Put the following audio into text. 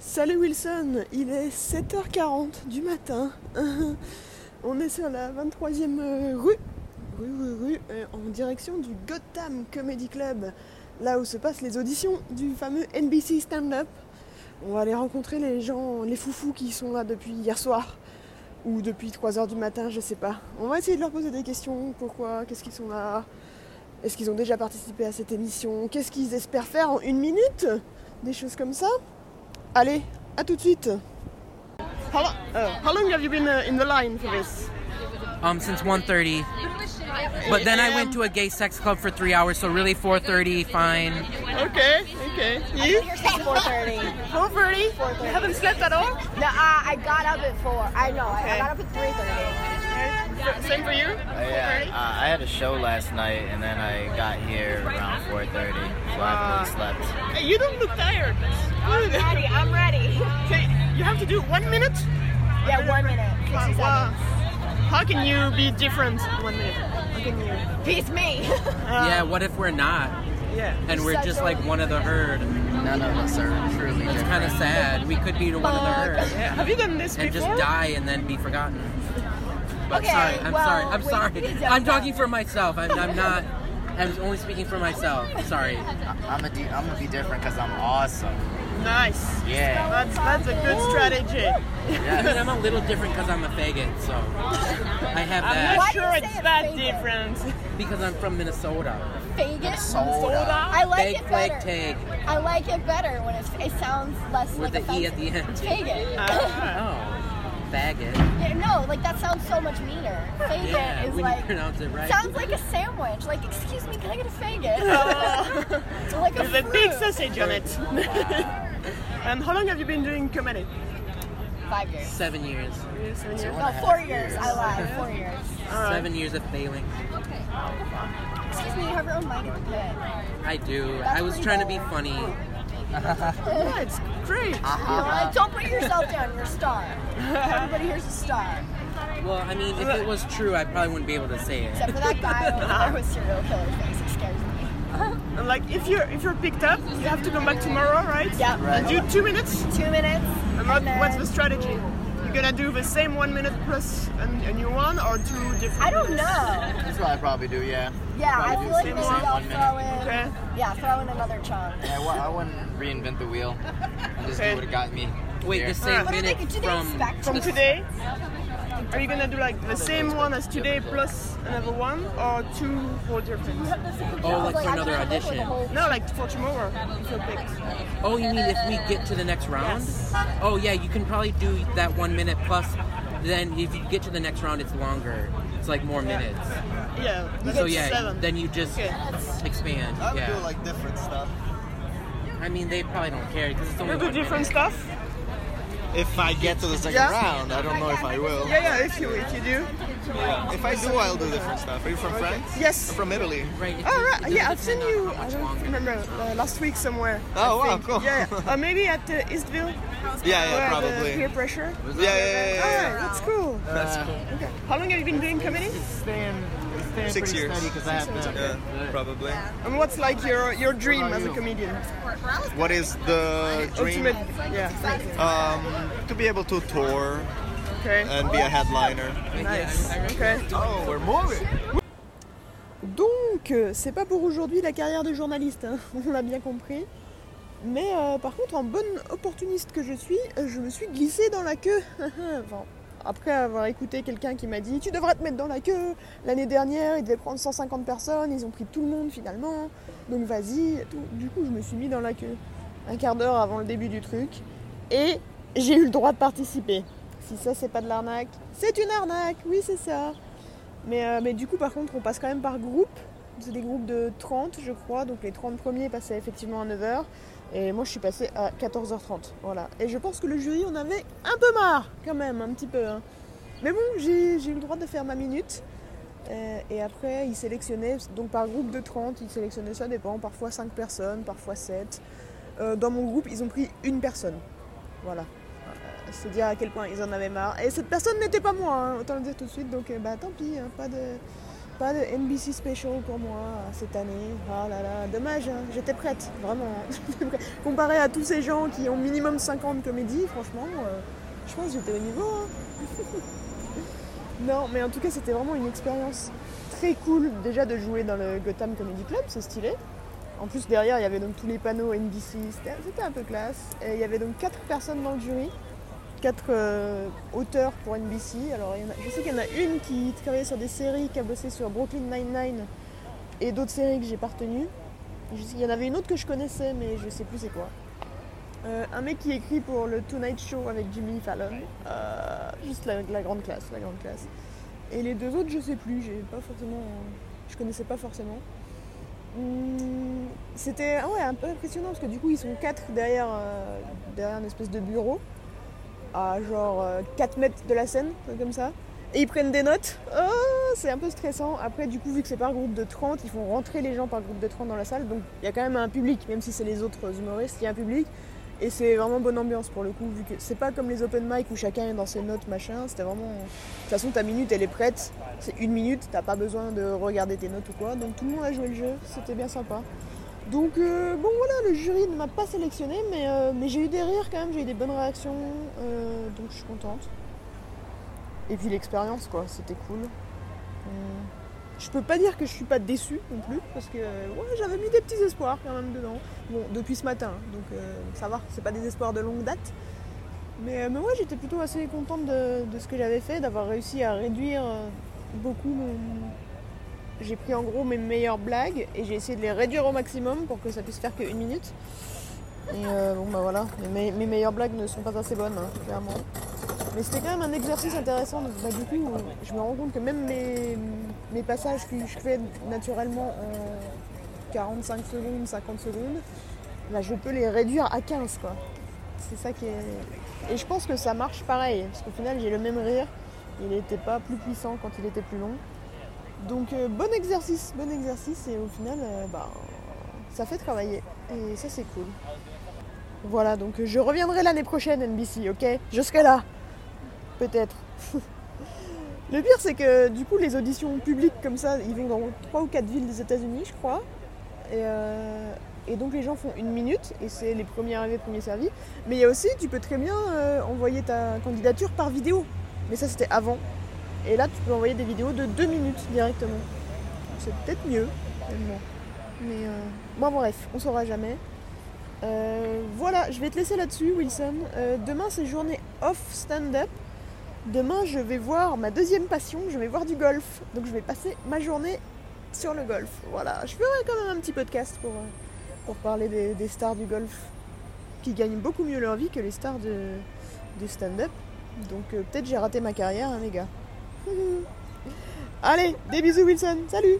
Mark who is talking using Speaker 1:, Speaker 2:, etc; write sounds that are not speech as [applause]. Speaker 1: Salut Wilson, il est 7h40 du matin. [laughs] On est sur la 23e rue, rue, rue, rue, euh, en direction du Gotham Comedy Club, là où se passent les auditions du fameux NBC Stand Up. On va aller rencontrer les gens, les foufous qui sont là depuis hier soir ou depuis 3h du matin, je sais pas. On va essayer de leur poser des questions, pourquoi, qu'est-ce qu'ils sont là, est-ce qu'ils ont déjà participé à cette émission, qu'est-ce qu'ils espèrent faire en une minute, des choses comme ça. Allez, à tout de suite. How, lo- uh, how long have you been uh, in the line for this?
Speaker 2: um since 1.30 but then i went to a gay sex club for three hours so really 4.30 fine
Speaker 1: Okay, okay. You?
Speaker 3: You're saying 4:30.
Speaker 1: 4.30?
Speaker 3: You haven't
Speaker 1: slept at all?
Speaker 3: no, uh, I got up at four. I know. I-
Speaker 1: Okay.
Speaker 3: I got up at
Speaker 1: Same for you?
Speaker 4: Yeah, uh, I had a show last night and then I got here around 4:30, so I haven't really slept.
Speaker 1: Hey, you don't look tired. That's good.
Speaker 3: 3:30. Ready? I'm ready.
Speaker 1: Okay, you have to do one minute?
Speaker 3: Yeah, one minute. 60
Speaker 1: Wow.
Speaker 3: seconds.
Speaker 1: How can you be different in one minute? How can you?
Speaker 3: Peace me. [laughs] Ah.
Speaker 2: yeah what if we're not
Speaker 1: Yeah.
Speaker 2: and we're just like one of the herd
Speaker 4: None of us are truly
Speaker 2: it's kind of sad we could be to one of the herd
Speaker 1: Have you done this
Speaker 2: and just
Speaker 1: before?
Speaker 2: die and then be forgotten but
Speaker 3: Okay,
Speaker 2: sorry i'm
Speaker 3: well,
Speaker 2: sorry i'm
Speaker 3: wait,
Speaker 2: sorry
Speaker 3: please don't
Speaker 2: i'm talking
Speaker 3: go.
Speaker 2: for myself i'm, I'm not i'm only speaking for myself
Speaker 3: [laughs]
Speaker 2: sorry
Speaker 4: I'm gonna I'm gonna be different because I'm awesome.
Speaker 1: Nice.
Speaker 4: Yeah.
Speaker 1: That's that's a good strategy.
Speaker 2: I mean,
Speaker 4: yeah.
Speaker 2: i'm a little different because i'm a faggot so i have
Speaker 1: I'm
Speaker 2: that
Speaker 1: not
Speaker 3: Why do you
Speaker 1: sure
Speaker 3: say
Speaker 1: it's
Speaker 3: it's
Speaker 1: that
Speaker 3: fake?
Speaker 1: different.
Speaker 2: because i'm from minnesota
Speaker 3: Faggot.
Speaker 4: Soda.
Speaker 3: I like
Speaker 2: Fake
Speaker 3: it
Speaker 2: flag
Speaker 3: better.
Speaker 2: tag
Speaker 3: I like it better when it's, it sounds less
Speaker 2: with
Speaker 3: like
Speaker 2: the e at the end Uh.
Speaker 3: offensive. Faggot.
Speaker 1: Ah.
Speaker 2: Oh, faggot.
Speaker 3: [laughs] Yeah, no, like that sounds so much meaner. Faggot [laughs]
Speaker 2: Yeah,
Speaker 3: is
Speaker 2: when you
Speaker 3: like
Speaker 2: pronounce it right.
Speaker 3: sounds like a sandwich. Like, excuse me, can I get a faggot? [laughs] like
Speaker 1: [laughs]
Speaker 3: a
Speaker 1: There's a big
Speaker 3: fruit.
Speaker 1: sausage on it. [laughs] and how long have you been doing comedy?
Speaker 3: Five years.
Speaker 2: Seven years.
Speaker 1: Seven years.
Speaker 3: No, four years. I lied. Four years.
Speaker 2: Seven years of failing.
Speaker 3: Excuse me, you have your own mic at the pit.
Speaker 2: I do.
Speaker 3: That's
Speaker 2: I was
Speaker 3: pretty
Speaker 2: trying to
Speaker 3: bad.
Speaker 2: be funny.
Speaker 1: Yeah, Oh, it's great.
Speaker 3: Uh, don't put yourself down. You're a star. Everybody here's a star,
Speaker 2: Well, I mean, if it was true, I probably wouldn't be able to say
Speaker 3: except
Speaker 2: it.
Speaker 3: for that guy over there with serial killer face. It scares me.
Speaker 1: And like if you're if you're picked up, you have to come back tomorrow, right?
Speaker 3: Yeah. uh,
Speaker 4: Right.
Speaker 1: And do two minutes.
Speaker 3: Two minutes.
Speaker 1: And what, what's the strategy? You're gonna do the same one minute plus a, a new one or two different?
Speaker 3: I don't
Speaker 1: minutes?
Speaker 3: know.
Speaker 4: [laughs] That's what I probably do. Yeah.
Speaker 3: Yeah, I
Speaker 4: Probably
Speaker 3: feel like
Speaker 4: same
Speaker 3: maybe
Speaker 4: one,
Speaker 3: I'll
Speaker 4: one minute.
Speaker 3: throw in.
Speaker 1: Okay.
Speaker 3: Yeah, throw in another chunk.
Speaker 4: Yeah. Well, I wouldn't reinvent the wheel. I just
Speaker 1: Okay.
Speaker 4: do what it got me.
Speaker 2: Wait,
Speaker 4: here.
Speaker 2: the same
Speaker 1: What
Speaker 3: do they-
Speaker 2: minute
Speaker 3: do they
Speaker 2: from
Speaker 3: expect
Speaker 1: From
Speaker 2: the-
Speaker 1: today, are you gonna do like the same one as today plus another one or two for different?
Speaker 2: Oh, like
Speaker 3: Like,
Speaker 2: for
Speaker 3: I'm
Speaker 2: another
Speaker 3: gonna live with a
Speaker 2: audition.
Speaker 3: whole-
Speaker 1: No, like for tomorrow. if you're picked.
Speaker 2: Oh, you mean if we get to the next round?
Speaker 1: Yes.
Speaker 2: Oh, yeah, you can probably do that one minute plus. Then, if you get to the next round, it's longer. It's like more
Speaker 1: Yeah.
Speaker 2: minutes.
Speaker 1: Yeah. that's
Speaker 2: So yeah,
Speaker 1: Seven.
Speaker 2: then you just
Speaker 1: Okay.
Speaker 2: expand.
Speaker 5: I would
Speaker 2: yeah.
Speaker 5: do like different stuff.
Speaker 2: I mean, they probably don't care because it's only
Speaker 1: You do
Speaker 2: one
Speaker 1: different
Speaker 2: minute.
Speaker 1: stuff.
Speaker 5: If I get to the second
Speaker 1: Yeah.
Speaker 5: round, I don't know if I will.
Speaker 1: Yeah, yeah. If you if you do.
Speaker 5: If I do, I'll do different stuff. Are you from France?
Speaker 1: Yes.
Speaker 5: I'm from Italy.
Speaker 2: Right. it
Speaker 1: Oh,
Speaker 2: does- it
Speaker 1: right.
Speaker 2: does
Speaker 1: Yeah, I've seen
Speaker 2: depend on
Speaker 1: you.
Speaker 2: how
Speaker 1: I
Speaker 2: much
Speaker 1: don't
Speaker 2: longer.
Speaker 1: remember uh, last week somewhere.
Speaker 5: Oh,
Speaker 1: I
Speaker 5: wow,
Speaker 1: think.
Speaker 5: cool.
Speaker 4: [laughs]
Speaker 1: Yeah, yeah. or maybe at the Eastville.
Speaker 5: Yeah,
Speaker 1: where
Speaker 5: yeah,
Speaker 1: The peer
Speaker 5: probably.
Speaker 1: pressure.
Speaker 5: Yeah, yeah, yeah,
Speaker 1: Ah,
Speaker 5: yeah,
Speaker 1: that's cool.
Speaker 5: That's cool.
Speaker 1: Okay. How long have you been doing comedy?
Speaker 5: yeah. Six years. Yeah, probably.
Speaker 1: And what's like your your dream as a comedian?
Speaker 5: What is the dream?
Speaker 1: Ultimate. Yeah.
Speaker 5: Um, to be able to tour
Speaker 1: Okay.
Speaker 5: and be a headliner.
Speaker 1: Nice. Okay.
Speaker 5: Oh, we're moving.
Speaker 1: Donc, euh, c'est pas pour aujourd'hui la carrière de journaliste, hein, [laughs] on l'a bien compris. Mais euh, par contre, en bonne opportuniste que je suis, euh, je me suis glissée dans la queue. [laughs] Enfin, après avoir écouté quelqu'un qui m'a dit Tu devrais te mettre dans la queue. L'année dernière, ils devaient prendre 150 personnes, ils ont pris tout le monde finalement. Donc vas-y. et tout. Du coup, je me suis mis dans la queue. Un quart d'heure avant le début du truc. Et j'ai eu le droit de participer. Si ça, c'est pas de l'arnaque, c'est une arnaque. Oui, c'est ça. Mais, euh, mais du coup, par contre, on passe quand même par groupe. C'est des groupes de 30, je crois. Donc les 30 premiers passaient effectivement à 9h. Et moi, je suis passée à 14h30. Voilà. Et je pense que le jury en avait un peu marre, quand même, un petit peu. hein. Mais bon, j'ai j'ai eu le droit de faire ma minute. Euh, et après, ils sélectionnaient, donc par groupe de 30, ils sélectionnaient ça dépend, parfois 5 personnes, parfois 7. Euh, dans mon groupe, ils ont pris une personne. Voilà. Euh, se dire à quel point ils en avaient marre. Et cette personne n'était pas moi, hein, autant le dire tout de suite, donc euh, bah tant pis, hein, pas de. Pas de NBC Special pour moi euh, cette année. Ah là là, dommage, hein, j'étais prête, vraiment. hein, [laughs] j'étais prête. Comparé à tous ces gens qui ont minimum 50 comédies, franchement, euh, je pense que j'étais au niveau. hein. [laughs] non, mais en tout cas, c'était vraiment une expérience très cool déjà de jouer dans le Gotham Comedy Club, c'est stylé. En plus, derrière, il y avait donc tous les panneaux NBC, c'était c'était un peu classe. Et il y avait donc quatre personnes dans le jury, quatre euh, auteurs pour NBC. Alors, il y en a- je sais qu'il y en a une qui travaillait sur des séries, qui a bossé sur Brooklyn Nine-Nine et d'autres séries que j'ai pas retenues. Je sais- Il y en avait une autre que je connaissais, mais je sais plus c'est quoi. Euh, un mec qui écrit pour le Tonight Show avec Jimmy Fallon. Euh, juste la, la grande classe, la grande classe. Et les deux autres, je sais plus, j'ai pas forcément. Je connaissais pas forcément. Hum, C'était ah ouais, un peu impressionnant parce que du coup, ils sont quatre derrière, euh, derrière une espèce de bureau, à genre euh, 4 mètres de la scène, un truc comme ça. Et ils prennent des notes. Oh, c'est un peu stressant. Après, du coup, vu que c'est par groupe de 30, ils font rentrer les gens par groupe de 30 dans la salle. Donc, il y a quand même un public, même si c'est les autres humoristes, il y a un public. Et c'est vraiment bonne ambiance pour le coup, vu que c'est pas comme les open mic où chacun est dans ses notes, machin. C'était vraiment. De toute façon, ta minute, elle est prête. C'est une minute, t'as pas besoin de regarder tes notes ou quoi. Donc tout le monde a joué le jeu, c'était bien sympa. Donc euh, bon voilà, le jury ne m'a pas sélectionné, mais, euh, mais j'ai eu des rires quand même, j'ai eu des bonnes réactions, euh, donc je suis contente. Et puis l'expérience quoi, c'était cool. Hum, Je peux pas dire que je suis pas déçue non plus, parce que ouais, j'avais mis des petits espoirs quand même dedans. Bon, depuis ce matin, donc euh, ça va, c'est pas des espoirs de longue date. Mais, euh, mais ouais, j'étais plutôt assez contente de, de ce que j'avais fait, d'avoir réussi à réduire euh, beaucoup mon. J'ai pris en gros mes meilleures blagues et j'ai essayé de les réduire au maximum pour que ça puisse faire qu'une minute. Et euh, bon, bah voilà, mes, mes meilleures blagues ne sont pas assez bonnes, hein, clairement. Mais c'était quand même un exercice intéressant, donc, bah, du coup, je me rends compte que même mes, mes passages que je fais naturellement en 45 secondes, 50 secondes, bah, je peux les réduire à 15 quoi. C'est ça qui est. Et je pense que ça marche pareil, parce qu'au final j'ai le même rire. Il n'était pas plus puissant quand il était plus long. Donc euh, bon exercice, bon exercice, et au final, euh, bah, ça fait travailler. Et ça c'est cool. Voilà, donc euh, je reviendrai l'année prochaine NBC, ok Je serai là. Peut-être. [laughs] le pire c'est que du coup les auditions publiques comme ça, ils vont dans trois ou quatre villes des États-Unis, je crois. Et, euh, et donc les gens font une minute et c'est les premiers arrivés, premiers servis. Mais il y a aussi, tu peux très bien euh, envoyer ta candidature par vidéo. Mais ça c'était avant. Et là tu peux envoyer des vidéos de deux minutes directement. C'est peut-être mieux, finalement. Mais euh, bon bref, on saura jamais. Euh, voilà, je vais te laisser là-dessus Wilson. Euh, demain c'est journée off stand-up. Demain je vais voir ma deuxième passion, je vais voir du golf. Donc je vais passer ma journée sur le golf. Voilà, je ferai quand même un petit podcast pour, euh, pour parler des, des stars du golf qui gagnent beaucoup mieux leur vie que les stars de, du stand-up. Donc euh, peut-être j'ai raté ma carrière, hein, les gars. Allez, des bisous Wilson, salut